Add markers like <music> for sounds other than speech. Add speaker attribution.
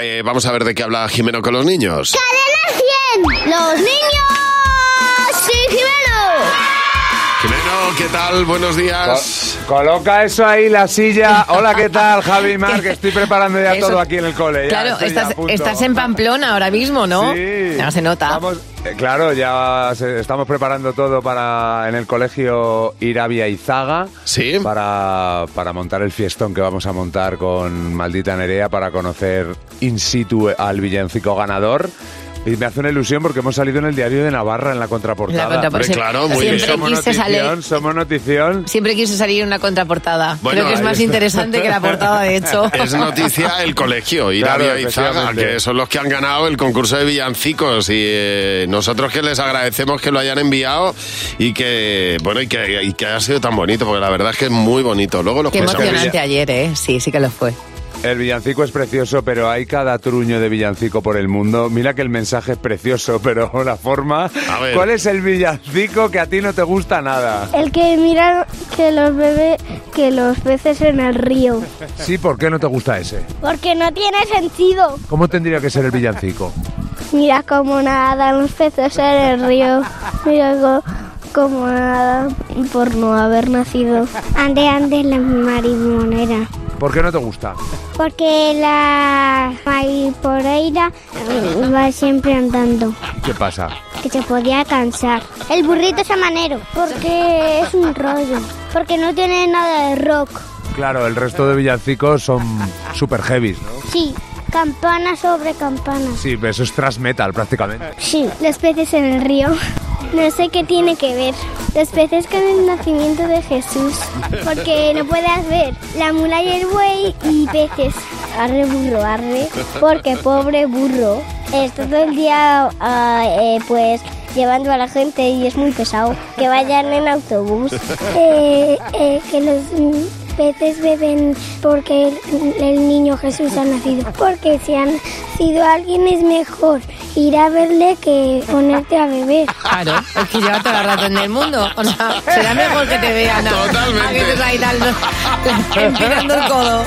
Speaker 1: Eh, vamos a ver de qué habla Jimeno con los niños.
Speaker 2: ¡Cadena 100! ¡Los niños! ¡Sí,
Speaker 1: Jimeno, ¿qué tal? Buenos días.
Speaker 3: Coloca eso ahí, la silla. Hola, ¿qué tal, Javi Mar?
Speaker 4: <laughs>
Speaker 3: Que estoy preparando ya
Speaker 4: Eso-
Speaker 3: todo aquí en el cole. ya
Speaker 4: Claro,
Speaker 3: Eh, estoy ya a
Speaker 4: estás,
Speaker 3: punto.
Speaker 4: estás en Pamplona ahora mismo, ¿no?
Speaker 3: Sí.
Speaker 4: No, se nota.
Speaker 3: Vamos- eh, claro, ya se- estamos preparando todo para en el colegio Irabia Izaga.
Speaker 1: Sí.
Speaker 3: Para, para montar el fiestón que vamos a montar con Maldita Nerea para conocer in situ al villancico ganador. Y me hace una ilusión porque hemos salido en el diario de Navarra en la contraportada.
Speaker 4: La contraportada.
Speaker 1: Hombre,
Speaker 4: Sie-
Speaker 1: claro, muy bien.
Speaker 4: siempre
Speaker 3: somos
Speaker 4: quise
Speaker 3: notición,
Speaker 4: salir,
Speaker 3: somos notición.
Speaker 4: siempre quise salir en una contraportada.
Speaker 1: Bueno,
Speaker 4: Creo que es
Speaker 1: ahí
Speaker 4: más
Speaker 1: está.
Speaker 4: interesante que la portada, de hecho.
Speaker 1: <laughs> Es noticia el colegio,
Speaker 3: Claro,
Speaker 1: Irabia y Zaga,
Speaker 3: efectivamente.
Speaker 1: que son los que han ganado el concurso de villancicos y eh, nosotros que les agradecemos que lo hayan enviado y que, bueno, y que, y que haya sido tan bonito, porque la verdad es que es muy bonito. Luego los
Speaker 4: Qué
Speaker 1: pensamos.
Speaker 4: emocionante ayer, ¿eh? Sí, sí que lo fue.
Speaker 3: El villancico es precioso, pero hay cada truño de villancico por el mundo. Mira que el mensaje es precioso, <laughs> pero la forma.
Speaker 1: A ver.
Speaker 3: ¿Cuál es el villancico que a ti no te gusta nada?
Speaker 2: El que mira que los bebés, que los peces en el río.
Speaker 3: Sí, ¿por qué no te gusta ese?
Speaker 2: Porque no tiene sentido.
Speaker 3: ¿Cómo tendría que ser el villancico?
Speaker 2: Mira cómo nadan los peces en el río. Mira co- cómo nadan por no haber nacido. Ande, ande la marimonera.
Speaker 3: ¿Por qué no te gusta?
Speaker 2: Porque la mariporeira va siempre andando.
Speaker 3: ¿Qué pasa?
Speaker 2: que se podía cansar. El burrito samanero. Porque es un rollo. Porque no tiene nada de rock.
Speaker 3: Claro, el resto de villancicos son super heavy, ¿no?
Speaker 2: Sí, campana sobre campana.
Speaker 3: Sí, pero eso es thrash metal prácticamente.
Speaker 2: Sí, los peces en el río. No sé qué tiene que ver. Los peces con el nacimiento de Jesús. Porque no puedes ver la mula y el buey y peces. Arre burro, arre. Porque pobre burro. Es todo el día ah, eh, pues llevando a la gente y es muy pesado. Que vayan en autobús. eh, que los peces beben porque el, el niño Jesús ha nacido. Porque si han sido alguien es mejor ir a verle que ponerte a beber.
Speaker 4: Claro, es que lleva toda la razón del mundo. O sea, será mejor que te vean a,
Speaker 1: Totalmente.
Speaker 4: a que te ahí tal, no, <laughs> empinando el codo.